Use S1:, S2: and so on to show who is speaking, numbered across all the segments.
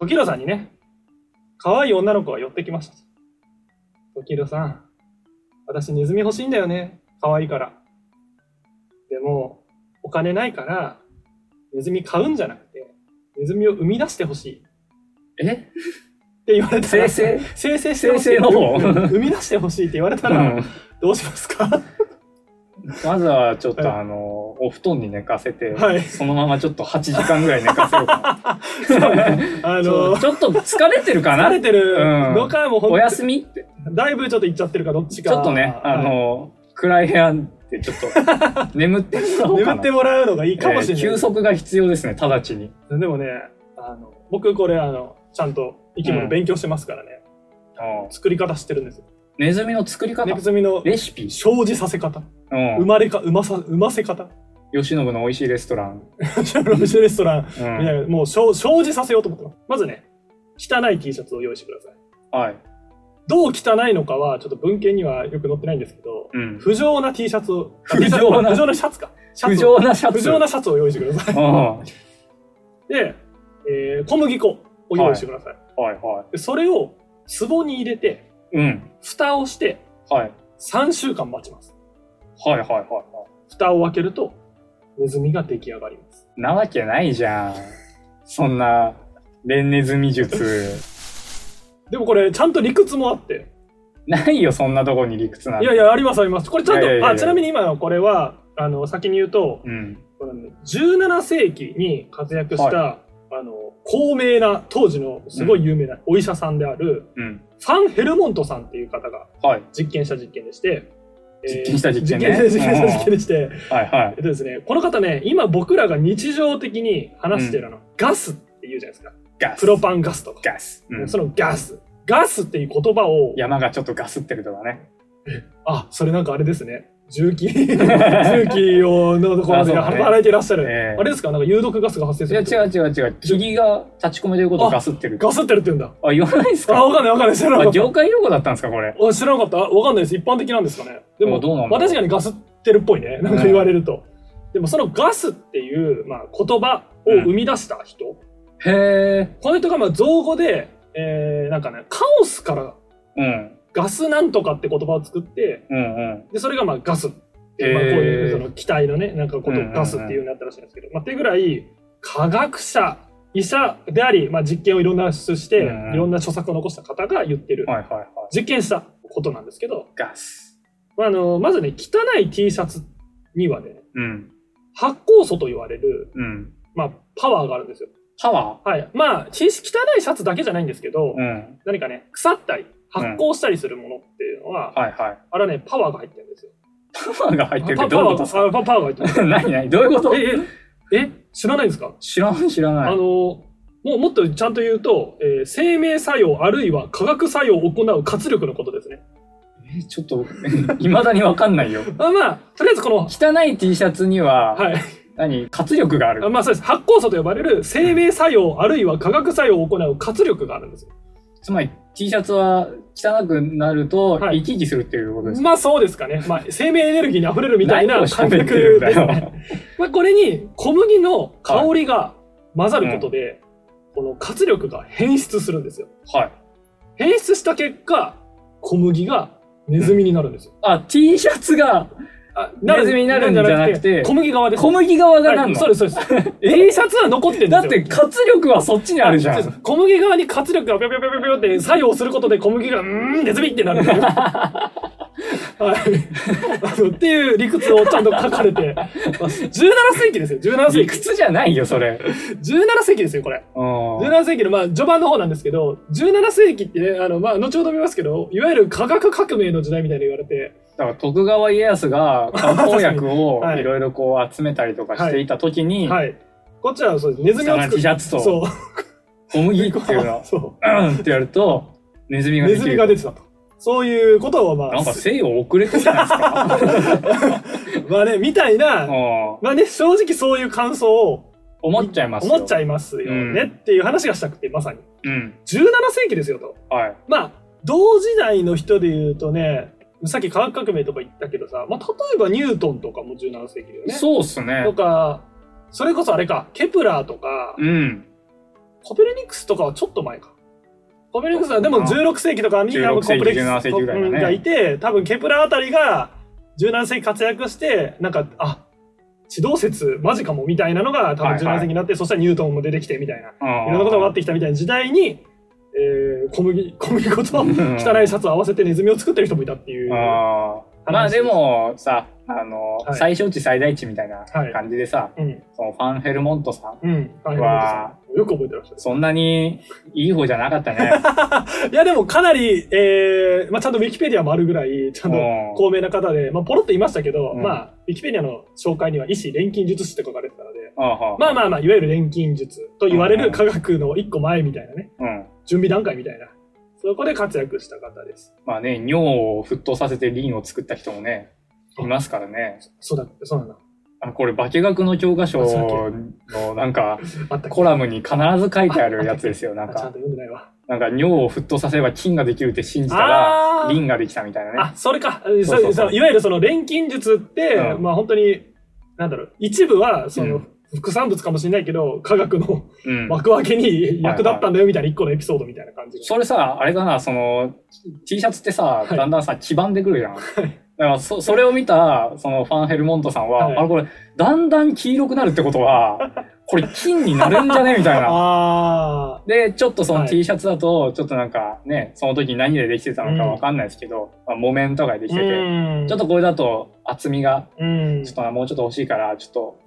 S1: 時宏さんにね、可愛い女の子が寄ってきました。時宏さん、私ネズミ欲しいんだよね。可愛いから。でも、お金ないから、ネズミ買うんじゃなくて、ネズミを生み出してほしい。っ
S2: え
S1: て言われたら、
S2: 生成
S1: 生成してほしい。
S2: 生成の方
S1: うん生み出してほしいって言われたら、
S2: うん
S1: どうします か
S2: まずはちょっと
S1: は
S2: あの、お布団に寝かせて、
S1: はい
S2: そのままちょっと8時間ぐらい寝かせようか
S1: あの、
S2: な。そうちょっと疲れてるかな
S1: 慣れてる
S2: うん
S1: のか、もうほん
S2: お休みって。
S1: だいぶちょっと行っちゃってるか、どっち
S2: ち
S1: か。
S2: ょっとね、あ
S1: はい、
S2: の、暗い部屋でちょっと眠ってもらおうかな。
S1: 眠ってもらうのがいいかもしれ
S2: えー
S1: ない。
S2: 休息が必要ですね、直ちに。
S1: でもね、あの、僕これ、あの、ちゃんと生き
S2: う
S1: 物
S2: ん
S1: 勉強してますからね、作り方知ってるんですよ。
S2: ネズミの作り方
S1: ネ、ズミの
S2: レシピ、
S1: 生じさせ方、
S2: う
S1: 生
S2: ん、
S1: まれか、生まさ、生ませ方。
S2: 吉信の美味しいレストラン。
S1: ロミシェレストラン、
S2: うん
S1: みたいな、もう生生じさせようと思ってます。まずね、汚い T シャツを用意してください。
S2: はい。
S1: どう汚いのかは、ちょっと文献にはよく載ってないんですけど、
S2: うん。
S1: 不浄な T シャツを、あ
S2: 不浄な
S1: T シャツ不浄なシャツか。シ
S2: 不
S1: ャツを
S2: 浄なシャツ。
S1: 不浄なシャツを用意してください。
S2: うん。はい
S1: で、えー小麦粉を用意してください。
S2: は
S1: でそれを壺に入れて、
S2: い。うん。
S1: 蓋をして
S2: はい。
S1: 3週間待ちます。
S2: はいはいはいは
S1: 蓋を開けると、ネズミが出来上がります。
S2: い。なわけないじゃん。そんな、レンネズミ術。
S1: でもこれ、ちゃんと理屈もあって。
S2: ないよ、そんなとこに理屈なん
S1: い
S2: て。
S1: やいや、ありますあります。これちゃん
S2: いやい
S1: と、
S2: やいやい
S1: あ、
S2: や
S1: ちなみに今のこれは、あの、先に言うと、
S2: うん。
S1: このね17世紀に活躍した、あの、高名な、当時のすごい有名なお医者さんである、
S2: うん。
S1: ファン・ヘルモントさんっていう方が
S2: はい。
S1: 実験した実験でして、えー
S2: 実験した実験ね
S1: 実験した実験した実験でして、
S2: はいはい
S1: え。っとですね、この方ね、今僕らが日常的に話してるあの、ガスって言うじゃないですか。
S2: ガス。
S1: プロパンガスとか。
S2: ガス。うん
S1: そのガス。ガスっていう言葉を、
S2: 山がちょっとガスってるとかね。
S1: あ、それなんかあれですね。重 機、重機をのところ
S2: あそう
S1: で
S2: だね
S1: 働いていらっしゃる。
S2: ええ
S1: あれですかなんか有毒ガスが発生
S2: い
S1: す
S2: や、
S1: る。
S2: 違う違う違う。霧が立ち込めてることをガスってる。
S1: ガスってるって言うんだ。
S2: あ、言わないです
S1: あ、
S2: か
S1: わかんないわかんない。知らなか
S2: あ
S1: った。
S2: 業界用語だったんですか、これ。
S1: あ知らなかった。あわかんないです。一般的なんですかね。で
S2: あ
S1: も、
S2: どうなんだろ
S1: ま
S2: う
S1: あ確かにガスってるっぽいね。なんか言われると。でもそのガスっていう、まあ、言葉を生み出した人、
S2: へえ。
S1: この人がまあ造語で、えー、なんかね、カオスから
S2: うん。
S1: ガスなんとかって言葉を作って、
S2: うんうん。
S1: で、それがまあガスって、
S2: へー
S1: まあこういうその機体のね、なんかこ
S2: うん
S1: と
S2: うんうん
S1: ガスっていうようになったらしいんですけど、まあっていうぐらい、科学者、医者であり、まあ実験をいろんな出して、
S2: うんうん
S1: いろんな著作を残した方が言ってる、
S2: はいはいはい。
S1: 実験したことなんですけど、
S2: ガス。
S1: まあ、あの、まずね、汚い T シャツにはね、
S2: うん。
S1: 発酵素と言われる、
S2: うん。
S1: まあ、パワーがあるんですよ。
S2: パワ
S1: はい。まあ、T 汚いシャツだけじゃないんですけど、
S2: ーうん。
S1: 何かね、腐ったり、発酵したりするものっていうのは、
S2: はいはい。
S1: あれはね、パワーが入ってるんですよ。
S2: パワーが入ってるっ
S1: パ
S2: てどういうことですか
S1: パ ワーがあパワーが入ってる。
S2: 何何どういうこと
S1: え、え、え、知らないんですか、
S2: 知らん知ら
S1: あ
S2: ない
S1: の、。もうもっとちゃんと言うと、えー生命作用あるいは化学作用を行う活力のことですね。
S2: えちょっと、 いまだにわかんないよ。
S1: あまあ、とりあえずこの、
S2: 汚い T シャツには、
S1: はい。
S2: 何活力があ
S1: あ
S2: る。
S1: まあそうです。発酵素と呼ばれる生命作用あるいは化学作用を行う活力があるんですよ。
S2: つまり T シャツは汚くなると、
S1: は
S2: 生
S1: い
S2: き生きするっていうことですか。
S1: まあそうですかね。まあ生命エネルギーに溢れるみたいな
S2: 何を
S1: 感
S2: 喋って
S1: 覚
S2: るん
S1: で
S2: だ
S1: す
S2: よ。
S1: ね。まあ、これに小麦の香りが混ざることで、この活力が変質するんですよ。
S2: はい。
S1: 変質した結果、小麦がネズミになるんですよ。
S2: あ、T シャツが、
S1: あ
S2: ネズミになるんじゃなくて
S1: 小麦側です。
S2: 小麦側がな
S1: は
S2: ん
S1: い
S2: の、
S1: そうです、そうです。T シャツは残ってるんです
S2: だ
S1: よ。
S2: って活力はそっちにあるじゃ
S1: そうで
S2: ん。
S1: す小麦側に活力がぴょぴょぴょぴょぴょって作用することで小麦が、うーん、ネズミってなる んですよ。はいあの。っていう理屈をちゃんと書かれてます。17世紀ですよ、17世紀。
S2: 理屈じゃないよ、それ。
S1: 17世紀ですよ、これ。
S2: うん。
S1: 17世紀の、まあ、序盤の方なんですけど、17世紀ってね、あの、まあ、後ほど見ますけど、いわゆる科学革命の時代みたいに言われて、
S2: だから徳川家康が漢方薬 を
S1: はい
S2: いろいろこう集めたりとかしていた時に、
S1: はい。こっちはそうです。ネズミを
S2: 汚い
S1: 作
S2: T
S1: る
S2: シ。ャツと
S1: そう。
S2: 小麦っていうの
S1: そ
S2: うんってやるとネズミ
S1: う。
S2: が
S1: ネ
S2: で
S1: ズ
S2: き
S1: ミが
S2: る
S1: 出てたと。そういうことを、ま
S2: なん
S1: あ
S2: か、西洋遅れてるじゃないですか
S1: まあね、みたい な、
S2: うん
S1: まあね、正直そういう感想を
S2: 思っちゃいますよ
S1: 思っちゃいますよ
S2: うん
S1: ねっていう話がしたくて、まさに。
S2: うん
S1: 17世紀ですよと。
S2: はい
S1: まあ、同時代の人で言うとね、さっき科学革命とか言ったけどさ、まあ、例えばニュートンとかも17世紀だよね。
S2: そうっすね
S1: とか、それこそあれか、ケプラーとか、
S2: うん
S1: コペルニクスとかはちょっと前か。コペルニクスはでも16世紀とかアミーアムコンプレックス
S2: 16世紀17世紀ぐらいだね
S1: うんがいて、多分ケプラーあたりが17世紀活躍して、なんか、あ、地動説マジかもみたいなのが多分17世紀になって、そしたらニュートンも出てきてみたいな。
S2: い
S1: いろんなことがあってきたみたいな時代に、えー小麦、 小麦粉と汚いシャツを合わせてネズミを作ってる人もいたっていう。は
S2: あーまあでもさあの、
S1: はい
S2: 最小値最大値みたいな
S1: はい
S2: 感じでさ、
S1: うん。
S2: そのファンヘルモントさ
S1: う
S2: ん
S1: ん。はい
S2: わ
S1: よく覚えてらっしゃる。
S2: そんなにいい方じゃなかったね。
S1: いや、でもかなり、えーまあ、ちゃんとウィキペディアも あるぐらい、ちゃんと
S2: うん
S1: 高名な方で、まあ、ポロっと言いましたけど、
S2: うん
S1: まあ、ウィキペディアの紹介には、医師錬金術師って書かれてたので、
S2: ああ
S1: まあまあまあ、いわゆる錬金術と言われる科学の一個前みたいなね、
S2: うん。
S1: 準備段階みたいな、そこで活躍した方です。
S2: まあね、尿を沸騰させてリンを作った人もね、いますからね。
S1: そうだ、そうなんだ。
S2: あこれ、化学の教科書
S1: あそう
S2: のなんか、
S1: あったっけ
S2: コラムに必ず書いてあるやつですよ。なん
S1: あちゃん
S2: か
S1: と、読んでないわ。
S2: なんか尿を沸騰させれば菌ができるって信じたら
S1: あ、ー
S2: リンができたみたいな
S1: あ
S2: ね。、
S1: それか。
S2: そうそう
S1: そういわゆるその錬金術って、
S2: うん
S1: まあ本当に、なんだろう、一部はそうの副産物かもしれないけど、科学の
S2: うん。
S1: 幕開けに役立ったんだよみたいな一個のエピソードみたいな感じが。
S2: それさ、あれだな、その、T シャツってさ、
S1: はい
S2: だんだんさ、黄ばんでくるじゃん。だからそ、それを見た、その、ファンヘルモントさんは、
S1: はい
S2: あれこれ、だんだん黄色くなるってこと は、これ金になるんじゃねみたいな。
S1: あ
S2: で、ちょっとそ
S1: は
S2: の
S1: い
S2: T シャツだと、ちょっとなんかね、その時に何でできてたのか
S1: うん
S2: わかんないですけど、まあ、木綿とかでで
S1: ー
S2: きてて、ちょっと、これだと厚みが、
S1: うん
S2: ちょっとなもうちょっと欲しいから、ちょっと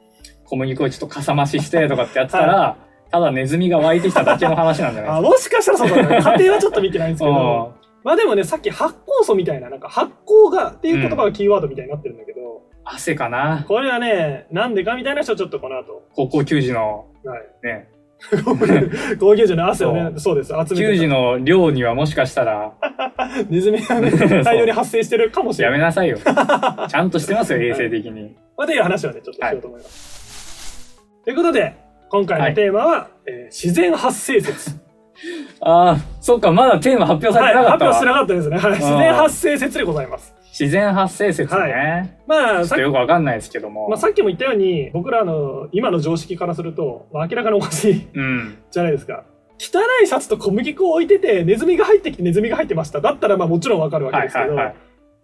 S2: 小麦粉をちょっとかさ増ししてとかってやってたら、ただネズミが湧いてきただけの話なんじゃない
S1: あもしかしたらそうだね。家庭はちょっと見てないんです
S2: で
S1: け
S2: す
S1: ど。
S2: か。
S1: まあでもね、さっき発酵素みたいな、なんか発酵がっていう言葉がキーワードみたいになってるんだけど、
S2: 汗かな。
S1: これはね、なんでかみたいな人はちょっとこの 後。
S2: 高校球児の、
S1: はい。
S2: ね、
S1: 高級樹の汗をね、そうです。集め
S2: 球
S1: て
S2: 児の寮にはもしかしたら、
S1: ネズミがね、大量に発生してるかもしれ
S2: や
S1: な
S2: め
S1: い。
S2: な さいよ。ちゃんとしてますよ、衛生的に。
S1: まあ、という話をね、ちょっとしようと思います。ということで、今回のテーマは、えー自然発生説。
S2: ああ、そっか、まだテーマ発表さ
S1: は
S2: れ
S1: い、
S2: てなか
S1: 発
S2: ったわ。
S1: 表してなかったですね。はい、自然発生説でございます。
S2: 自然発生説ね。
S1: まあ、
S2: ちょっ
S1: さっ
S2: と
S1: き
S2: よくわかんないですけども。
S1: まあ、さっきも言ったように、僕らの今の常識からすると、まあ、明らかにおかしい
S2: うん。
S1: じゃないですか。汚いシャツと小麦粉を置いてて、ネズミが入ってきて、ネズミが入ってました。だったら、まあ、もちろんわかるわけ
S2: は
S1: で
S2: い
S1: すけ
S2: はい
S1: ど、
S2: はい。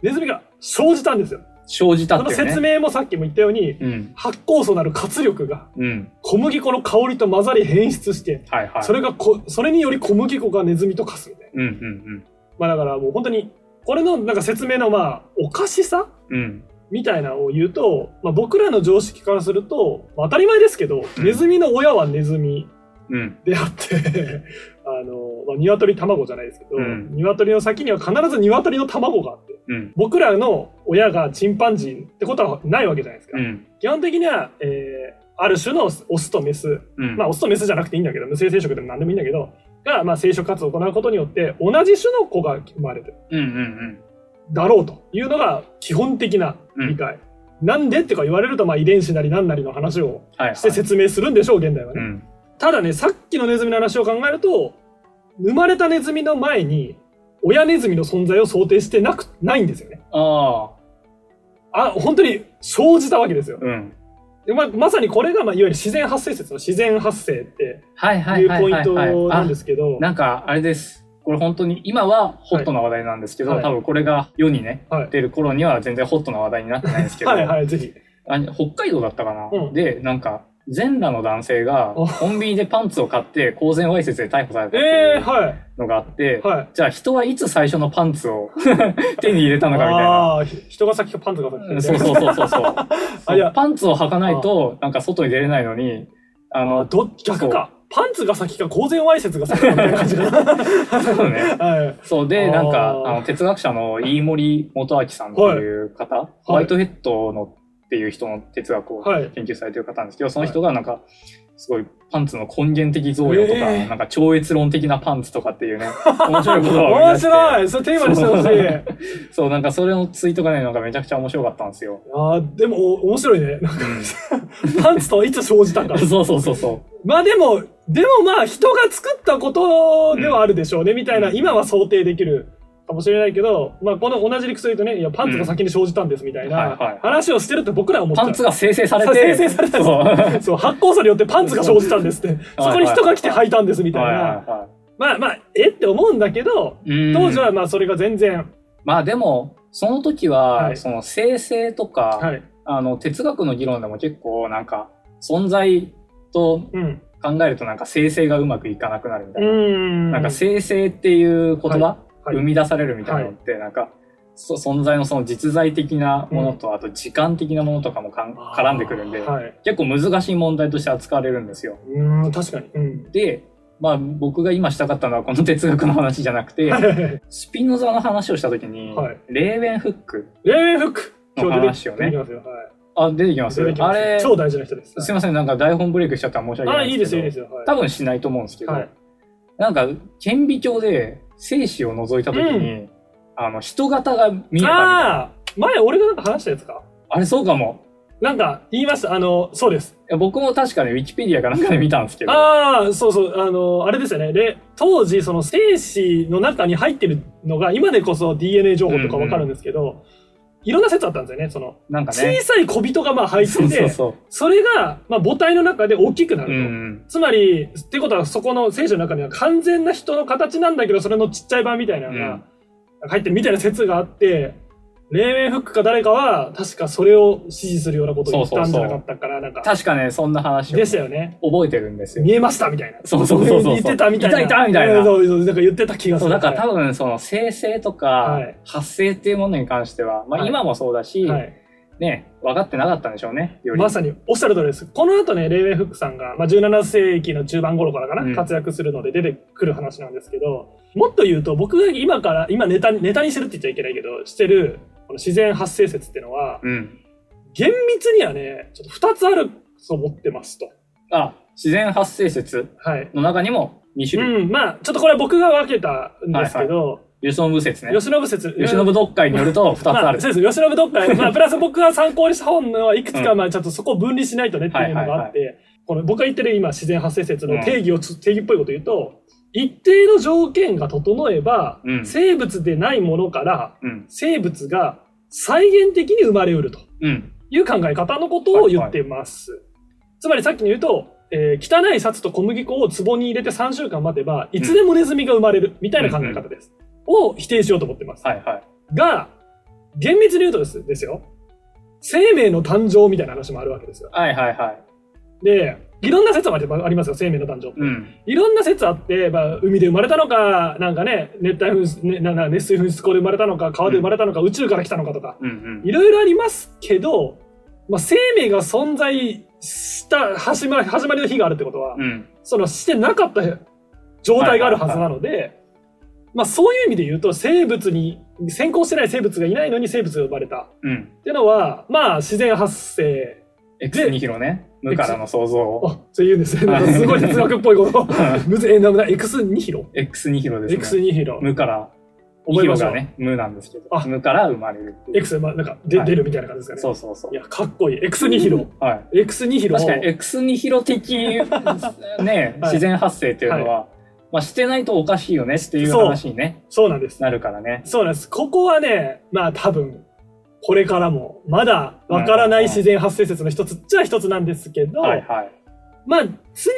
S1: ネズミが生じたんですよ。
S2: 生じた
S1: そ
S2: っ
S1: の
S2: ていう
S1: 説
S2: ね。
S1: 明もさっきも言ったように、
S2: うん。
S1: 発酵素なる活力が
S2: うん。
S1: 小麦粉の香りと混ざり変質して、
S2: はいはい。
S1: それがこそれにより小麦粉がネズミと化すみたいな。
S2: うんうん
S1: まあだからもう本当に、これのなんか説明のまあ、おかしさ
S2: うん。うん。
S1: みたいなのを言うと、まあ僕らの常識からすると、まあ、当たり前ですけど、
S2: うん
S1: ネズミの親はネズミ
S2: うん。
S1: であって、 あの、まあ鶏卵じゃないですけど、
S2: うん
S1: 鶏の先には必ず鶏の卵があって、
S2: うん。
S1: 僕らの親がチンパンジーってことはないわけじゃないですか。
S2: うん。
S1: 基本的には、えーある種のオスとメス、
S2: うん。
S1: まあ、オスとメスじゃなくていいんだけど、無性生殖でも何でもいいんだけど、が、まあ、生殖活動を行うことによって、同じ種の子が生まれてる
S2: うんうん
S1: だろうというのが基本的な
S2: うん。
S1: 理解。なんでってか言われると、まあ、遺伝子なり何なりの話を
S2: はいはい。
S1: して説明するんでしょう、現代は
S2: う
S1: ね。
S2: ん。
S1: ただね、さっきのネズミの話を考えると、生まれたネズミの前に、親ネズミの存在を想定してなく、ないんですよね。
S2: ああ。
S1: あ、本当に生じたわけですよ。
S2: うん。
S1: でまあまさにこれが、まあ、いわゆる自然発生説の自然発生って
S2: はいはいいうはい
S1: ポイ
S2: は
S1: ン
S2: い、はい。
S1: トなん
S2: あ
S1: ですけど、
S2: なんか、あれです。これ本当に、今はホットな話題なんですけど、
S1: はい
S2: 多分これが世にね、
S1: はい
S2: 出る頃には全然ホットな話題になってないんですけど、
S1: はいはい、ぜひ。
S2: あ北海道だったかな、
S1: うん
S2: で、なんか、全裸の男性が
S1: お
S2: コンビニでパンツを買って公然わいせつで逮捕されたってい
S1: ええ
S2: う
S1: はい。
S2: のがあって、
S1: はい。
S2: じゃあ人はいつ最初のパンツを 手に入れたのかみたいな。
S1: ああ、ひ人が先かパンツが先
S2: う
S1: か
S2: んそうそうそうそうそう。
S1: あいや
S2: パンツを履かないと、なんか外に出れないのに、あ
S1: あ
S2: の、
S1: ど逆か。パンツが先か、公然わいせつが先かみたいな感じが。 は
S2: そうね。
S1: い。
S2: そうで、なん
S1: あ
S2: か、
S1: ー
S2: あの、哲学者の飯森元明さんっていう方、ホワイトヘッドのっていう人の哲学を
S1: はい
S2: 研究されてる方なんですけど、その人がなんか、すごいパンツの根源的贈与とか、
S1: えー
S2: なんか超越論的なパンツとかってい うね、面白いことを
S1: 面
S2: い
S1: 白いそれテーマにしてほしい。
S2: そう、なんかそれのツイートがね、なんかめちゃくちゃ面白かったんですよ。
S1: ああ、でもお面白いね。なんか
S2: う
S1: パンツとはいつ生じたか
S2: ん、。そうそうそうそ
S1: まあでも、でもまあ人が作ったことではあるでしょうね、みたいな、
S2: うん
S1: 今は想定できるかかもしれないけど、まあ、この同じ理屈で言うとね、いや、パンツが先に生じたんですみたい
S2: うんはいは
S1: ない話をしてるって僕らは思っちゃう。
S2: パンツが生成されて。
S1: 生成されてる
S2: そう。はい
S1: そう、発酵素によってパンツが生じたんですって。そこに人が来て履いたんですみたいな。
S2: はいは
S1: まあまあ、えって思うんだけど、
S2: いうん
S1: 当時はまあそれが全然、
S2: まあでも、その時は、
S1: はい
S2: その生成とか、
S1: はい。
S2: あの、哲学の議論でも結構なんか、存在と
S1: うん。
S2: 考えるとなんか生成がうまくいかなくなるみた
S1: う
S2: いな。
S1: ん。
S2: なんか生成っていう言葉、
S1: はい
S2: 生み出されるみたいなのって、なんか、そ存在のその実在的なものと、あと時間的なものとかもかん絡んでくるんで、
S1: はい。
S2: 結構難しい問題として扱われるんですよ。
S1: うん、確かに。うん。
S2: で、まあ僕が今したかったのはこの哲学の話じゃなくて、スピノザの話をした時に、
S1: はい
S2: レーベンフック。
S1: レーフック
S2: の話をね
S1: 今日出てきますよ。はい
S2: あ、出てきます
S1: 出てきます
S2: あれ、
S1: 超大事な人です。
S2: すいません、なんか台本ブレイクしちゃったら申し訳
S1: あ、
S2: ない
S1: いい
S2: んで
S1: ですす
S2: け
S1: よ、
S2: ど、
S1: いいですよ。はい
S2: 多分しないと思うんですけど、
S1: はい
S2: なんか顕微鏡で精子を覗いた時に、あの人型が見えたみたいなあ
S1: ああ、前俺がなんか話したやつか。
S2: れそうかも
S1: なんか言いました。あの、そうです
S2: い。や僕も確かねウィキペディアかなんかで見たんですけど
S1: ああ、そうそう、あの、あれですよね。で、当時、その精子の中に入ってるのが、今でこそ DNA 情報とかわかるんですけど、いろんな説あったんですよね。その、
S2: なんか
S1: 小
S2: ね
S1: さい小人がまあ入ってて、
S2: そうそうそ
S1: それが、まあ母体の中で大きくな
S2: う、う
S1: ると。
S2: ん、
S1: つまり、ってことはそこの聖書の中には完全な人の形なんだけど、それのちっちゃい版みたいなの
S2: う
S1: が
S2: ん
S1: 入ってるみたいな説があって、レーメンフックか誰かは、確かそれを支持するようなことを言ったんじゃなかったから、なんか、
S2: 確かねそんな話を
S1: でした
S2: 覚
S1: よね。
S2: えてるんですよ
S1: 見えましたみたいな。
S2: そうそうそうそう
S1: 言ってたみたいな。
S2: いたいたみたいな
S1: うんそうそうなんか言ってた気がす
S2: そ
S1: る。
S2: うだから多分その生成とか
S1: はい
S2: 発生っていうものに関しては、まあ
S1: はい
S2: 今もそうだし、
S1: はい。
S2: ね分かってなかったんでしょうねより
S1: まさにおっしゃる通りです。この後ね、レーメンフックさんが、まあ、17世紀の中盤頃からかな、
S2: うん
S1: 活躍するので出てくる話なんですけど、もっと言うと、僕が今から、今ネタにネタにしてるって言っちゃいけないけど、してる、この自然発生説っていうのは、
S2: うん
S1: 厳密にはね、ちょっと2つあると思ってますと。
S2: あ自然発生説
S1: はい。
S2: の中にも2種類、
S1: うん、まあ、ちょっとこれは僕が分けたんですけど、
S2: 由伸部説ね
S1: 吉信説。
S2: 吉信読解によると2つあ
S1: ま
S2: る
S1: あ、そうです。吉信どっか、まあ、プラス僕が参考にした本のはいくつか、
S2: うん
S1: まあ、ちょっとそこを分離しないとねっていうのがあって、この僕が言ってる今、自然発生説の定義をつ、定義っぽいこと言うと、一定の条件が整えば、
S2: うん
S1: 生物でないものから
S2: うん。
S1: 生物が再現的に生まれうると
S2: うん。
S1: いう考え方のことを言ってます。つまりさっきに言うと、えー汚い札と小麦粉を壺に入れて3週間待てば、いつでもネズミが生まれるみたいな考え方です。を否定しようと思ってます。
S2: はいはい。
S1: が、厳密に言うとですですよ、生命の誕生みたいな話もあるわけですよ。
S2: はいはいはい。
S1: で、いろんな説もありありますよ、生命の誕生って。
S2: うん。
S1: いろんな説あって、まあ、海で生まれたのか、なんかね、熱帯噴出、ね、なな熱水噴出口で生まれたのか、川で生まれたのか、宇宙から来たのかとか、
S2: うんうん。
S1: いろいろありますけど、まあ、生命が存在した始ま始まりの日があるってことは、
S2: うん。
S1: そのしてなかった状態があるはずなので、まあそういう意味で言うと、生物に、先行してない生物がいないのに生物が生まれたっ
S2: うん。
S1: ていうのは、まあ自然発生、
S2: エクスニヒロね。無からの想像を。
S1: あ、そういうんですね。なんかすごい哲学っぽい こと。むずえ、なんだ、X ニヒロ
S2: エクスニヒロですね。
S1: ?X ニヒロ。
S2: 無から。ニ
S1: 覚
S2: ヒ
S1: えま
S2: ロ
S1: しょ
S2: が
S1: う。
S2: ね、無なんですけど
S1: あ。
S2: 無から生まれるっていう。
S1: X、まあなんかで
S2: はい
S1: 出るみたいな感じですか
S2: そ
S1: ね。
S2: うそうそう
S1: い。や、かっこいい。X ニヒロ。
S2: はい。
S1: X ニヒロ。
S2: 確かに、エクスニヒロ的、 ね、自然発生っていうのは、まあ、してないとおかしいよねっていう話にね、
S1: そうなんです。
S2: なるからね。
S1: そうなんです。ここはね、まあ多分、これからも、まだわからない自然発生説の一つっちゃ一つなんですけど、
S2: はいはい。
S1: まあ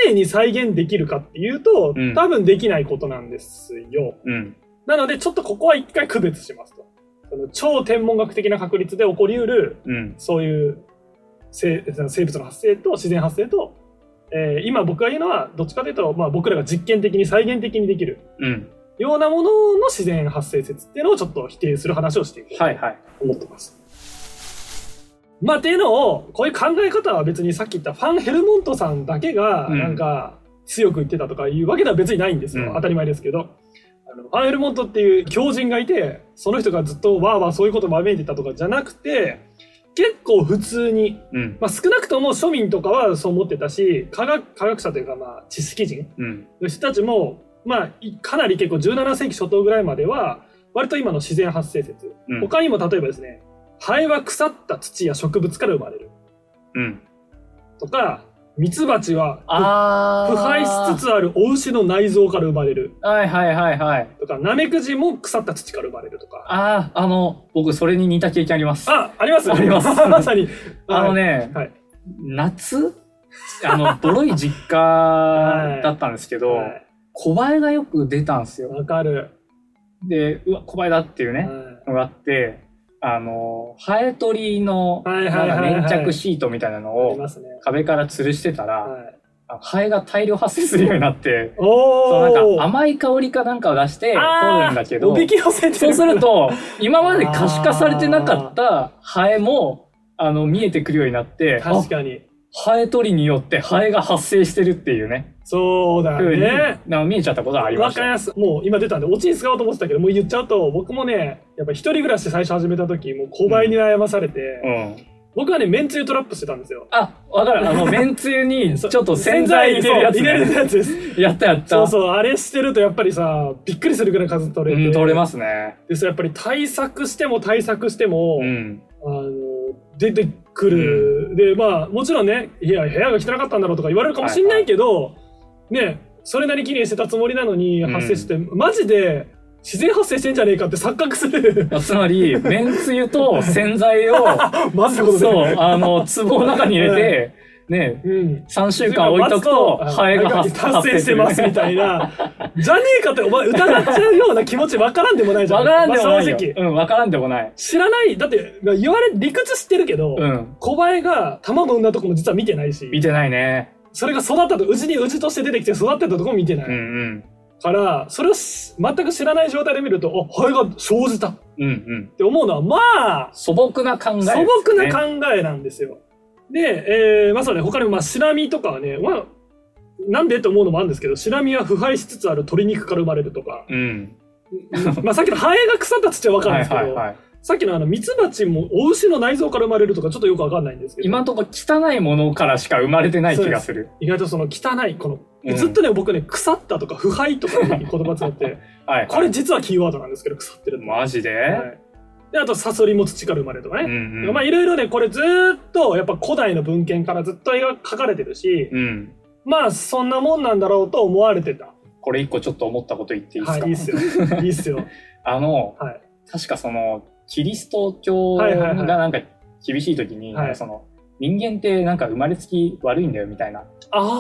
S1: 常に再現できるかっていうと、
S2: うん
S1: 多分できないことなんですよ。
S2: うん。
S1: なのでちょっとここは一回区別しますと。その超天文学的な確率で起こりうる、
S2: うん。
S1: そういう生生物の発生と自然発生と、えー今僕が言うのは、どっちかというと、まあ僕らが実験的に再現的にできる
S2: うん。
S1: ようなものの自然発生説っていうのをちょっと否定する話をしていこう。
S2: はいはい。
S1: 思ってます。まあ、っていうのを、こういう考え方は別にさっき言ったファン・ヘルモントさんだけが、
S2: うん
S1: なんか、強く言ってたとかいうわけでは別にないんですよ。
S2: うん
S1: 当たり前ですけど。あのファン・ヘルモントっていう狂人がいて、その人がずっとわーわーそういうことをまめいてたとかじゃなくて、結構普通に、
S2: うん。
S1: まあ、少なくとも庶民とかはそう思ってたし、科学科学者というか、まあ、知識人
S2: うん。
S1: の人たちも、まあ、いかなり結構17世紀初頭ぐらいまでは、割と今の自然発生説、
S2: うん
S1: 他にも例えばですね、ハエは腐った土や植物から生まれる
S2: うん。
S1: とか、ミツバチは
S2: あ
S1: 腐
S2: ー。
S1: 敗しつつあるお牛の内臓から生まれる
S2: はいはいはいはい。
S1: とか、ナメクジも腐った土から生まれるとか。
S2: ああ、あの、僕、それに似た経験あります。あ
S1: あ、あります
S2: あります
S1: まさ に。
S2: のね、
S1: はい
S2: 夏あの、 ボロい実家だったんですけ
S1: は
S2: ど、
S1: い。は
S2: 小林がよく出たんです
S1: い。
S2: よ。
S1: わかる。
S2: で、うわ、小林だっていうね、
S1: は
S2: のがあって、あの、ハエ取りの、
S1: はいはいはいはい
S2: なんか粘着シートみたいなの
S1: いあり
S2: を
S1: ますね。
S2: 壁から吊るしてたら、
S1: はい。
S2: あのハエが大量発生するようになって、そう
S1: おー
S2: なんか甘い香りかなんかを出して取るんだけど、
S1: おびき寄せてる
S2: そうすると、今まで可視化されてなかったハエも、あの、見えてくるようになって、あ
S1: 確かに。
S2: ハエ取りによってハエが発生してるっていうね、
S1: そうだ
S2: ふうに、
S1: ね。
S2: なんか見えちゃったことはありま
S1: わ
S2: し
S1: か
S2: た
S1: り
S2: よ。
S1: ます。もう今出たんで、オチに使おうと思ってたけど、もう言っちゃうと、僕もね、やっぱ一人暮らし最初始めた時、もう小倍に悩まされて、
S2: うん。
S1: 僕はね、めんつゆトラップしてたんですよ。
S2: あ、わかる。あの、麺つゆ に、ちょっと洗剤入れるやつ、
S1: そう入れる
S2: ね。
S1: やつ です。
S2: やったやった。
S1: そうそう、あれしてるとやっぱりさ、びっくりするぐらい数取れて。
S2: うん、取れますね。
S1: でさ、やっぱり対策しても対策しても、
S2: うん。
S1: あの、出てくる。で、まあ、もちろんね、いや、部屋が汚かったんだろうとか言われるかもしんないけど、ね、それなりに綺麗してたつもりなのに
S2: うん
S1: 発生して、マジで自然発生してんじゃねえかって錯覚する。
S2: つまり、麺つゆと洗剤を、
S1: マジなことで。
S2: そう、あの、壺の中に入れて、ね、
S1: うん。
S2: 3週間置いとくと、ハエが発
S1: 達成してますみたい
S2: な。
S1: な。じゃねえかって、お前疑っちゃうような気持ちわからんでもないじゃ
S2: わ
S1: ん。
S2: からんでもないよ
S1: まあ正。直。
S2: うん、わからんでもない。
S1: 知らない、だって、言われ、理屈知ってるけど、
S2: うん。
S1: 小林が卵産んだとこも実は見てないし、
S2: 見てないね。
S1: それが育ったと、うちにうちとして出てきて育ってたとこも見てない。
S2: うんうん。
S1: から、それをし全く知らない状態で見ると、あ、ハエが生じたっ
S2: うんうん。
S1: て思うのは、まあ、
S2: 素朴な考え、
S1: 素朴な考えなんですよ。で、えー、まさに他にも、まあ、シラミとかはね、まあ、なんでと思うのもあるんですけど、シラミは腐敗しつつある鶏肉から生まれると か、
S2: うん。
S1: まあさっきのハエが腐った土はわかるんで
S2: はい
S1: すけど、
S2: はいはい。
S1: さっきのあの、ミツバチもお牛の内臓から生まれるとか、ちょっとよくわかんないんですけど。
S2: 今のとこ汚いものからしか生まれてない気がする。
S1: 意外とその汚いこの、
S2: うん
S1: ずっとね僕ね腐ったとか腐敗とかいう言葉使って
S2: はいはい。
S1: これ実はキーワードなんですけど腐ってるの、
S2: マジで、
S1: はいであとサソリも土から生まれるとか
S2: うん
S1: ね、
S2: うん。
S1: まあいろいろねこれずーっとやっぱ古代の文献からずっと描かれてるし、
S2: うん。
S1: まあそんなもんなんだろうと思われてた
S2: これ一個ちょっと思ったこと言っていいですか、
S1: はいいいっすよいいっすよ
S2: あの、
S1: はい
S2: 確かその、キリスト教
S1: はいは
S2: が
S1: いはい
S2: なんか厳しい時に、
S1: はい
S2: その、人間ってなんか生まれつき悪いんだよみたいな
S1: あ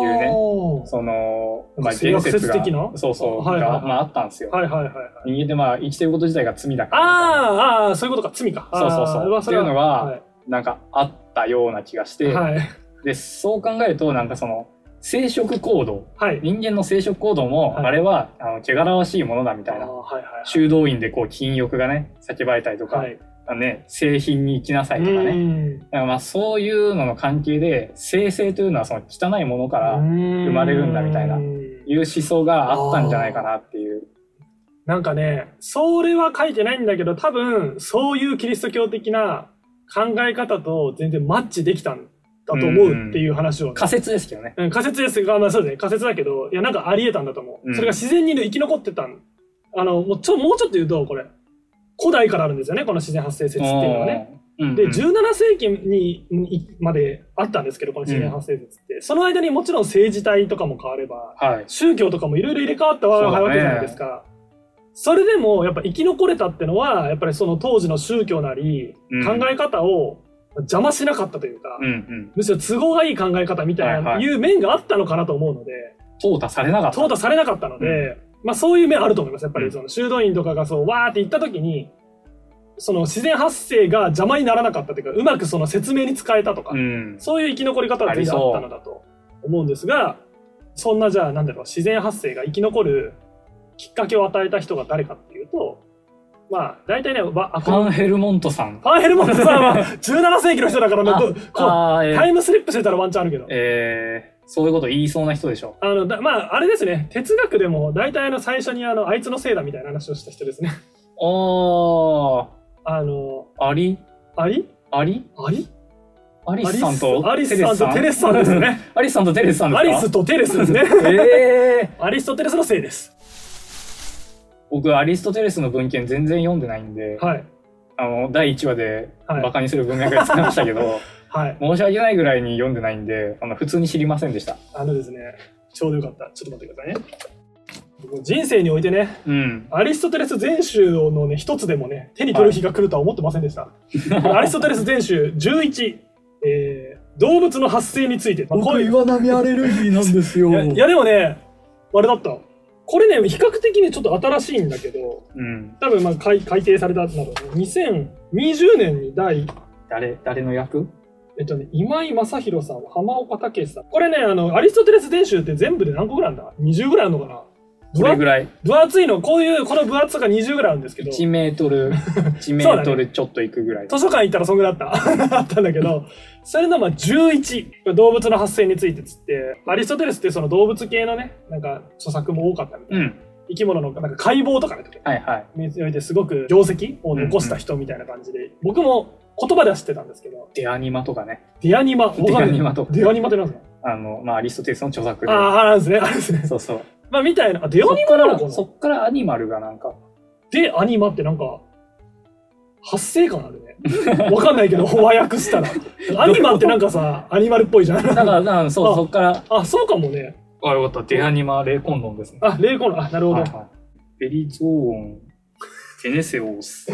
S1: あ
S2: いうね
S1: は
S2: その、まあ、
S1: 性
S2: 言
S1: 悪
S2: 説
S1: 説
S2: が
S1: 的な
S2: そうそう、
S1: はいはいはい
S2: がまあ、あったんですよ。
S1: いはいはいはい
S2: 人間ってまあ、生きてること自体が罪だから
S1: あーあーそういうことか罪か
S2: そうそうそう
S1: あーまあれ
S2: っていうのが
S1: は
S2: なんかあったような気がし
S1: い
S2: て、
S1: はい
S2: で、そう考えると、なんかその、生殖行動、
S1: はい
S2: 人間の生殖行動も、
S1: はい
S2: あれは、あの、汚らわしいものだみたい
S1: あ
S2: な
S1: ー。はいはいはい
S2: 修道院でこう、禁欲がね、叫ばれたりとか、
S1: はい
S2: あのね、性品に行きなさいとかね。
S1: ね
S2: だからまあ、そういうのの関係で、生成というのはその汚いものから、
S1: 生
S2: まれるんだみたいないう思想があったんじゃないかなっていう。
S1: なんかねそれは書いてないんだけど多分そういうキリスト教的な考え方と全然マッチできたんだと思うっていう話をね、
S2: 仮説ですけどね。
S1: うん仮説ですが、まあそうですね、仮説だけど、いや、なんかあり得たんだと思う。
S2: うん
S1: それが自然に生き残ってたん。あの、もうちょ、もうちょっと言うと、これ、古代からあるんですよね、この自然発生説っていうのはね。
S2: おー。うん
S1: で、
S2: うん
S1: 17世紀ににまであったんですけど、この自然発生説って。その間にもちろん政治体とかも変われば、
S2: はい。
S1: 宗教とかもいろいろ入れ替わったわ
S2: そうだね
S1: わけじゃないですか。それでもやっぱ生き残れたってのはやっぱりその当時の宗教なり
S2: うん
S1: 考え方を邪魔しなかったというか、
S2: うんうん。
S1: むしろ都合がいい考え方みたいな、
S2: はい
S1: い
S2: はいう
S1: 面があったのかなと思うので
S2: 淘汰されなかった。
S1: 淘汰されなかったので、
S2: う
S1: まあそういう面あると思いますやっぱ
S2: うん
S1: りその修道院とかがそうわーって言った時にその自然発生が邪魔にならなかったというかうまくその説明に使えたとか、
S2: うん。
S1: そういう生き残り方が全然あったのだと思うんですが、そんなじゃあ、なんだろう、自然発生が生き残るきっかけを与えた人が誰かっていうと、まあ、大体ね、わあ
S2: フ
S1: こ
S2: ァン
S1: の
S2: ヘルモントさん。
S1: ファンヘルモントさんは17世紀の人だからな、
S2: あ
S1: どこ
S2: あー
S1: う
S2: え
S1: タ
S2: ー
S1: イムスリップしてたらワンチャンあるけど。
S2: えー、そういうこと言いそうな人でしょ。
S1: あのだまあ、あれですね、哲学でも大体あの最初にあのあいつのせいだみたいな話をした人ですね。
S2: あ
S1: あの、
S2: あ、アリ
S1: あり
S2: アリ
S1: あり
S2: アリスさんと
S1: アリスさんとテレスさんです。ね。
S2: アリスさんとテレスさんです
S1: ア
S2: か
S1: リスとテレスですね。
S2: ええ
S1: アリストテレスのせいです。
S2: 僕、アリストテレスの文献全然読んでないんで、
S1: はい。
S2: あの、第1話で
S1: はい
S2: バカにする文脈がつきましたけど、
S1: はい。
S2: 申し訳ないぐらいに読んでないんで、あの、普通に知りませんでした。
S1: あのですね、ちょうどよかった。ちょっと待ってくださいね。僕も人生においてね、
S2: うん。
S1: アリストテレス全集のね、一つでもね、手に取る日が来るとは思ってませんでした。アリストテレス全集11、えー動物の発生について。まあこういう
S3: 岩波アレルギーなんですよ
S1: いやいやでもね、あれだった。これね、比較的ね、ちょっと新しいんだけど、
S2: うん。
S1: 多分まあ改改定されたなど、2020年に第、
S2: 誰、誰の役
S1: えっとね、今井正弘さん、浜岡武さん。これね、あの、アリストテレス全集って全部で何個ぐらいあるんだ ?20 ぐらいあるのかな
S2: これぐらい。
S1: 分厚いの、こういう、この分厚さが20ぐらいあるんですけど、
S2: 1
S1: 図
S2: メート ル、1メートルちょっといくぐらい。
S1: 書館行ったらそんぐらいあった。 あったんだけど、それのまあ11、動物の発生についてつって、アリストテレスってその動物系のね、なんか著作も多かったみたいな。
S2: うん。
S1: 生き物のなんか解剖とかね、
S2: はいはい。
S1: においてすごく業績を残した人みたいな感じで、僕も言葉では知ってたんですけど、
S2: デアニマとかね。
S1: デアニマ、
S2: デアニマとか。
S1: デアニマってなんですか
S2: あの、まあ、アリストテレスの著作で。
S1: ああ、なんですね、あれですね。
S2: そうそう。
S1: まあ、みたいな、あデアニマなのか
S2: そっから、そ
S1: な
S2: っからアニマルがなんか、
S1: デアニマってなんか、発生感あるね。 わかんないけど、和訳したら。アニマってなんかさ、アニマルっぽいじゃ
S2: だか
S1: ん。
S2: ら、 なんそう、
S1: あ
S2: そっから、
S1: あ、そうかもね。
S2: あ、よかった。デアニマレイコンドンですね。
S1: あ、霊魂の、あ、なるほ
S2: はい
S1: ど。
S2: はい。ベリゾーン、ゲネセオース。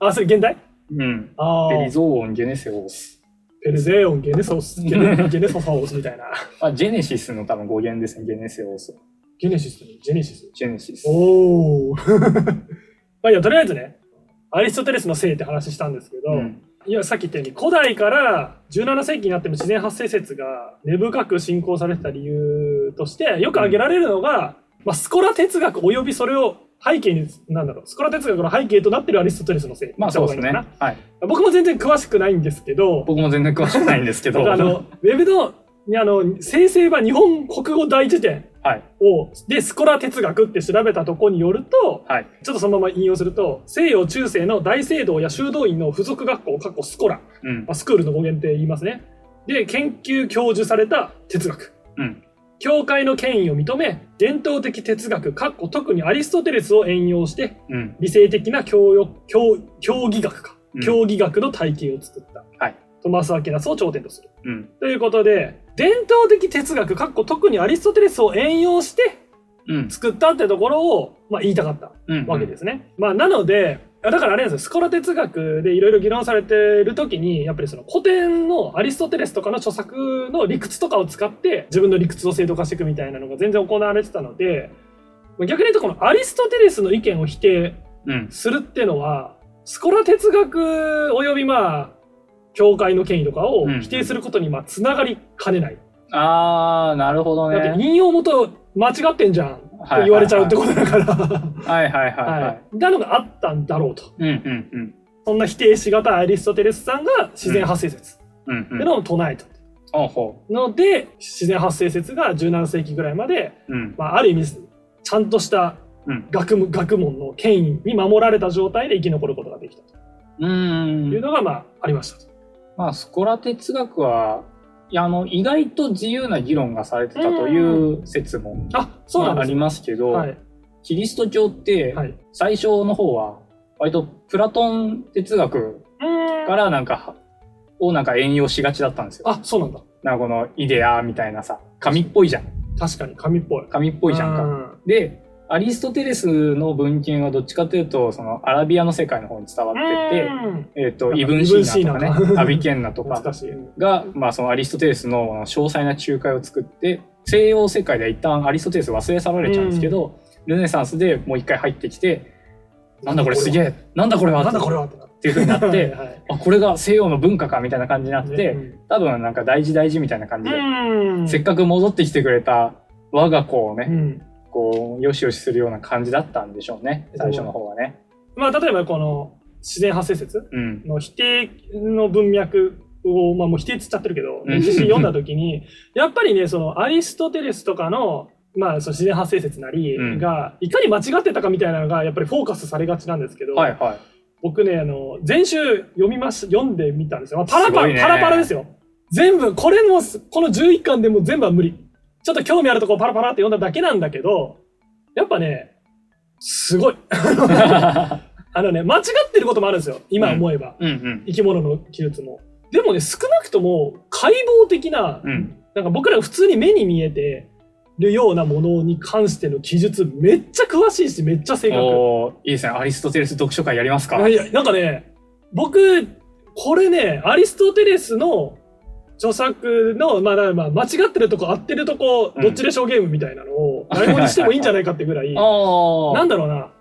S1: あ、それ現代
S2: うん。
S1: ああ、
S2: ベリゾーン、ゲネセオース。
S1: ペルゼオン、ゲネソース、ゲネゲネソサオスみたいな。
S2: あ、ジェネシスの多分語源ですね。ゲネセオース。
S1: ゲネシスとジェネシス。
S2: ジェネシス。
S1: おお。 まあいや、とりあえずね、アリストテレスの性って話したんですけど、
S2: うん。
S1: いや、さっき言ったように、古代から17世紀になっても自然発生説が根深く信仰されてた理由として、よく挙げられるのが、まあ、スコラ哲学及びそれを背景に、なんだろう、スコラ哲学の背景となってるアリストテレスの性。
S2: まあそうです
S1: 言
S2: ね。
S1: った方がいいのか
S2: はい。
S1: な僕も全然詳しくないんですけど、
S2: 僕も全然詳しくないんですけど。
S1: 僕あの、ウェブの、にあの、生成版日本国語大辞典
S2: はい。
S1: を、で、スコラ哲学って調べたとこによると、
S2: はい。
S1: ちょっとそのまま引用すると、西洋中世の大聖堂や修道院の付属学校、かっこスコラ、
S2: うん
S1: まあ。スクールの語源って言いますね。で、研究教授された哲学。
S2: うん。
S1: 教会の権威を認め、伝統的哲学、かっこ特にアリストテレスを援用して、
S2: うん。
S1: 理性的な教よ教教義学か、
S2: うん
S1: 教義学の体系を作った。
S2: はい
S1: トマス・アキナスを頂点とする。
S2: うん。
S1: ということで、伝統的哲学、かっこ特にアリストテレスを援用して
S2: うん。
S1: 作ったってところを、まあ、言いたかった。
S2: うん。
S1: わけですね。まあ、なので、だからあれなんですよ、スコラ哲学でいろいろ議論されてる時に、やっぱりその古典のアリストテレスとかの著作の理屈とかを使って、自分の理屈を正当化していくみたいなのが全然行われてたので、まあ逆に言うとこのアリストテレスの意見を否定
S2: うん。
S1: するってのは、スコラ哲学およびまあ、教会の権威とかを否定することにまあつながりかねない。
S2: あー、なるほどね。
S1: だって引用元間違ってんじゃんって
S2: はい
S1: 言われちゃうってことだから。
S2: はいはいはいは。
S1: はいい。なの があったんだろうと。
S2: うんうんうん。
S1: そんな否定しがたいアリストテレスさんが自然発生説っ
S2: うん
S1: て
S2: う。
S1: いうんのを唱えた。
S2: あほ
S1: ので、自然発生説が17世紀ぐらいまで、
S2: う。うん。
S1: まあ、ある意味、ちゃんとした
S2: うん
S1: 学問学問の権威に守られた状態で生き残ることができたと
S2: う
S1: い
S2: ー。
S1: うんのが、まあ、ありましたと。
S2: まあ、スコラ哲学は、いや、あの、意外と自由な議論がされてたという説も、
S1: あ、そうなん
S2: まあ
S1: で
S2: あ
S1: す
S2: り
S1: ね。
S2: ますけど、
S1: はい。
S2: キリスト教って、
S1: はい。う
S2: 最初の方は、割とプラトン哲学
S1: ーん
S2: からなんか、をなんか援用しがちだったんですよ。
S1: あ、そうなんだ。
S2: なんかこのイデアみたいなさ、神っぽいじゃん。
S1: 確かに、紙っぽい。っ
S2: 神っぽいじゃんか。
S1: か。
S2: で、アリストテレスの文献はどっちかというと、そのアラビアの世界の方に伝わってて、
S1: うん
S2: えっ、
S1: なん
S2: と、
S1: か
S2: イブンシーナ
S1: イ
S2: と
S1: ブンシー
S2: か
S1: ナ
S2: ね、アビケンナとか
S1: 懐、かしい。うん
S2: が、まあ、そのアリストテレスの詳細な仲介を作って西洋世界では一旦アリストテレス忘れ去られちゃうんですけど、ルネサンスでもう一回入ってきて「なんだこれすげえなんだこれは」
S1: なんだこれ
S2: っ
S1: はってなって
S2: いうふうにな って
S1: はいはい
S2: あこれが西洋の文化かみたいな感じになって、
S1: ね
S2: 多分なんか大事大事みたいな感
S1: う
S2: じで、
S1: んうん
S2: せっかく戻ってきてくれた我が子をね、
S1: うん
S2: こうよしよしするような感じだったんでしょうね最初の方はね。
S1: まあ、例えばこの自然発生説
S2: うん
S1: の否定の文脈を、まあ、もう否定っつっちゃってるけど、
S2: うん
S1: 歴史読んだ時に、やっぱりね、そのアリストテレスとかの、まあ、その自然発生説なり
S2: うん
S1: が、いかに間違ってたかみたいなのが、やっぱりフォーカスされがちなんですけど、
S2: はいはい、
S1: 僕ね、あの、前週読みます、読んでみたんですよ。まあ、パラ
S2: す
S1: パ
S2: ご
S1: ラ、
S2: いね
S1: パラパラですよ。全部、これもす、この11巻でも全部は無理。ちょっと興味あるとこをパラパラって読んだだけなんだけど、やっぱね、すごい。あのね、間違ってることもあるんですよ。今思えば。
S2: うんうん
S1: 生き物の技術も。でもね、少なくとも解剖的な、
S2: うん。
S1: なんか僕ら普通に目に見えてるようなものに関しての記述、めっちゃ詳しいし、めっちゃ正確。
S2: おーいいですね。アリストテレス読書会やりますか
S1: いやいや、なんかね、僕、これね、アリストテレスの著作の、まあ、だからまあ間違ってるとこ、合ってるとこ、
S2: うん
S1: どっちでしょうゲームみたいなのを、台本にしてもいいんじゃないかってぐ らい、
S2: あ
S1: なんだろうな、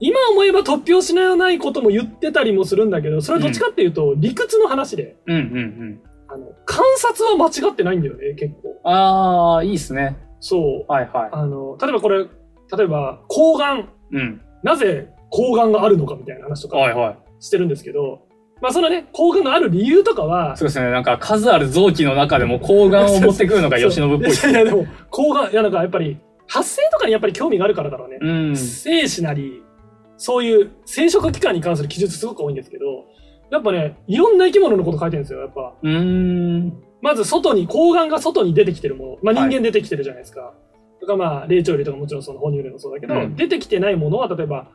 S1: 今思えば突拍子のないことも言ってたりもするんだけど、それはどっちかっていうと、理屈の話で、
S2: うんうんうん。
S1: あの、観察は間違ってないんだよね、結構。
S2: ああ、いいですね。
S1: そう。
S2: はいは
S1: あの、例えばこれ、例えば、抗がん、
S2: い。うん。
S1: なぜ抗がんがあるのかみたいな話とか
S2: はいはい。
S1: してるんですけど、まあそのね、抗がんがある理由とかは、
S2: そうですね。なんか数ある臓器の中でも抗がんを持ってくるのが吉信っぽいです
S1: そういやいや、でも、抗がん、いやなんかやっぱり、発生とかにやっぱり興味があるからだろうね。
S2: うん。
S1: 精子なり、そういう生殖器官に関する記述すごく多いんですけど、やっぱね、いろんな生き物のこと書いてるんですよ、やっぱ。
S2: うーん。
S1: まず外に、抗がんが外に出てきてるもの。まあ
S2: はい
S1: 人間出てきてるじゃないですか。とかまあ、霊長類とかもちろんその哺乳類もそうだけど、
S2: うん
S1: 出てきてないものは、例えば、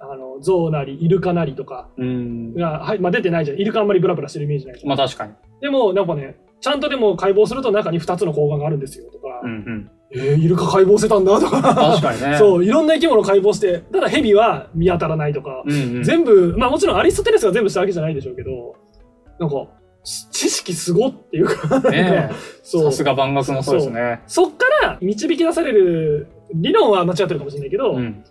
S1: あの、象なり、イルカなりとか
S2: うん。
S1: が、はい、まあ出てないじゃん。イルカあんまりブラブラしてるイメージないじゃん。
S2: まあ確かに。
S1: でも、なんかね、ちゃんとでも解剖すると中に2つの抗がんがあるんですよとか、
S2: うんうん。
S1: えー、イルカ解剖してたんだとか、
S2: 確かに ね。
S1: そう、いろんな生き物を解剖して、ただヘビは見当たらないとか、
S2: うんうん。
S1: 全部、まあもちろんアリストテレスが全部したわけじゃないでしょうけど、なんか、し知識すごっていうか、なん
S2: ね
S1: か
S2: え
S1: そう
S2: さすが万学もそうですね。
S1: そっから導き出される理論は間違ってるかもしれないけど、
S2: うん。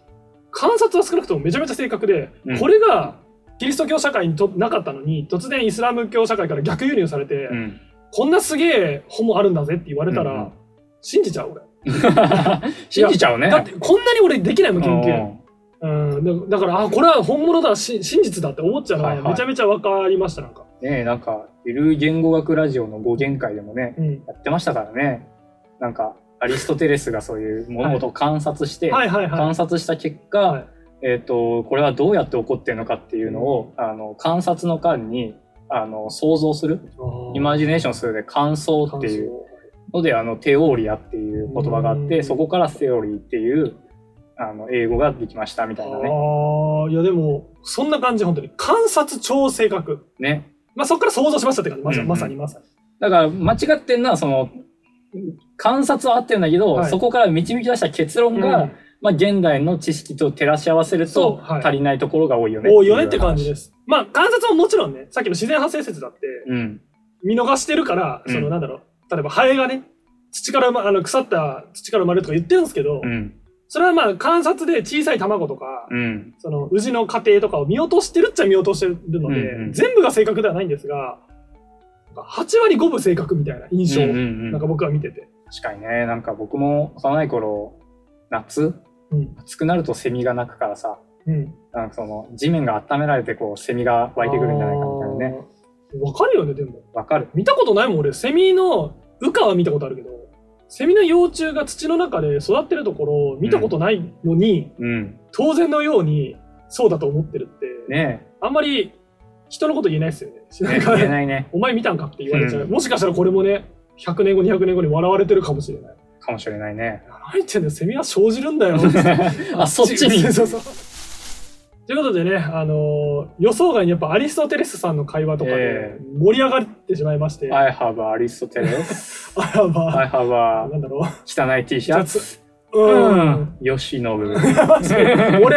S1: 観察は少なくともめちゃめちゃ正確で、
S2: うん
S1: これがキリスト教社会にとなかったのに、突然イスラム教社会から逆輸入されて、
S2: うん。
S1: こんなすげえ本もあるんだぜって言われたら、
S2: うんうん
S1: 信じちゃう俺。
S2: 信じちゃうね。
S1: だってこんなに俺できないもん研究。
S2: う
S1: うん、だだからあこれは本物だし真実だって思っちゃうのが
S2: はいはい
S1: めちゃめちゃ分かりましたなんか、
S2: んねえ、なんか、ゆる言語学ラジオの語源会でもね、
S1: うん、
S2: やってましたからね。なんか、アリストテレスがそういう物事を観察して、
S1: はいはいはい
S2: 観察した結果、
S1: はい
S2: えっ、と、これはどうやって起こってるのかっていうのを、あの、観察の間に、あの、想像する、イマジネーションするで、感想っていうので、あの、テオリアっていう言葉があっ
S1: う
S2: て、
S1: ん
S2: そこからセオリーっていう、あの、英語ができましたみたいなね。
S1: ああいやでもそんな感じ本当に観察超正確
S2: ね。
S1: まあそこから想像しましたって感じまさ,、
S2: うんうん
S1: まさにまさに
S2: だから、間違ってんのは、その、観察は合ってるんだけど、
S1: はい
S2: そこから導き出した結論が、
S1: うん
S2: まあ、現代の知識と照らし合わせる
S1: そう
S2: と
S1: はい
S2: 足りないところが多いよね。
S1: 多いよねって感じ
S2: で。
S1: ですまあ観察ももちろんねさっきの自然発生説だって
S2: うん。
S1: 見逃してるから、
S2: うん
S1: そのなんだろう例えばハエがね土から、ま、あの腐った土から生まれるとか言ってるんですけど、
S2: うん。
S1: それはまあ観察で小さい卵とか、
S2: うん。
S1: その、宇治の過程とかを見落としてるっちゃ見落としてるので、
S2: うんうん
S1: 全部が正確ではないんですが、なんか8割5分正確みたいな印象を、
S2: うんうんう
S1: なん
S2: ん
S1: か僕は見てて。
S2: 確かにね、なんか僕も幼い頃、夏
S1: うん。
S2: 暑くなるとセミが鳴くからさ、
S1: うん。
S2: なんかその地面が温められてこうセミが湧いてくるんじゃないかみたいなね。
S1: あー。わかるよね、でも。
S2: わかる
S1: 見たことないもん、俺。セミの、羽化は見たことあるけど、セミの幼虫が土の中で育ってるところを見たことないのに、
S2: うん。
S1: 当然のように、そうだと思ってるって、
S2: ね
S1: あんまり人のこと言えないですよね。
S2: え、ねえ言えないね。
S1: お前見たんかって言われちゃう、
S2: うん
S1: もしかしたらこれもね100年後200年後に笑われてるかもしれない
S2: かもしれないね。
S1: 何言ってんだよセミは生じるんだよ
S2: あ、そっちに。
S1: そうそうそうということでね、あのー予想外にやっぱアリストテレスさんの会話とかで
S2: え
S1: 盛り上がってしまいまして、
S2: I have Aristoteles.
S1: あらば、
S2: I have
S1: なんだろ
S2: a 汚い T シャツ。
S1: う、うん、。
S2: 吉信。
S1: 俺は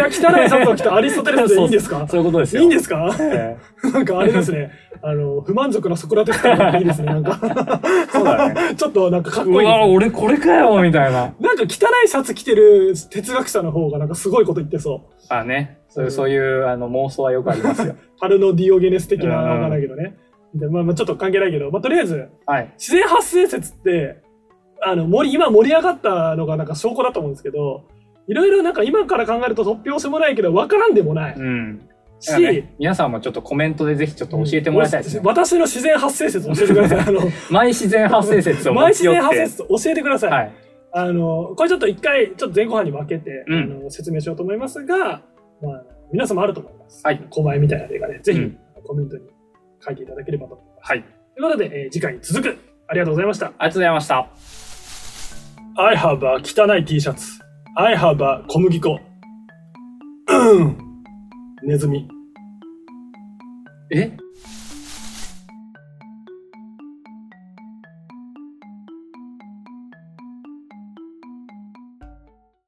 S1: 汚いシャツを着たアリストテレスでいいんですか
S2: そういうことで
S1: い
S2: すよ。
S1: いんですか
S2: え
S1: なんかあれですね、あの不満足なソクラテス感があっていいですね、なんか
S2: えそうだね。
S1: ちょっとなんかかっ
S2: う
S1: こいいですね
S2: わ、俺これかよみたいな。
S1: なんか汚いシャツ着てる哲学者の方がなんかすごいこと言ってそ
S2: まあね、そういうそういうあの妄想はよくありますよ
S1: う。。パルノ・ディオゲネス的な、
S2: うん
S1: わかんないけどね。でまあ、まあちょっと関係ないけど、まあ、とりあえず、
S2: はい。
S1: 自然発生説って、あの、盛り、今盛り上がったのがなんか証拠だと思うんですけど、いろいろなんか今から考えると突拍子もないけど、わからんでもない
S2: うん。
S1: し、
S2: ね、皆さんもちょっとコメントでぜひちょっと教えてもらいたいですね。
S1: 私の自然発生説教えてください。あの、
S2: 毎自然発生説を
S1: 毎
S2: 持
S1: 自
S2: ち寄
S1: 然
S2: っ
S1: 発生
S2: て。
S1: 説教えてください。
S2: はい。
S1: あの、これちょっと一回、ちょっと前後半に分けて、
S2: うん
S1: あの説明しようと思いますが、まあ、皆さんもあると思います。
S2: はい。
S1: 小前みたいな例がね、ぜひ、
S2: うん
S1: コメントに書いていただければと思います。
S2: はい。あり
S1: ということで、えー次回に続く。ありがとうございました。
S2: がとうございました。
S1: I have a 汚い T シャツ。I have a 小麦粉。うん。ネズミ。
S2: え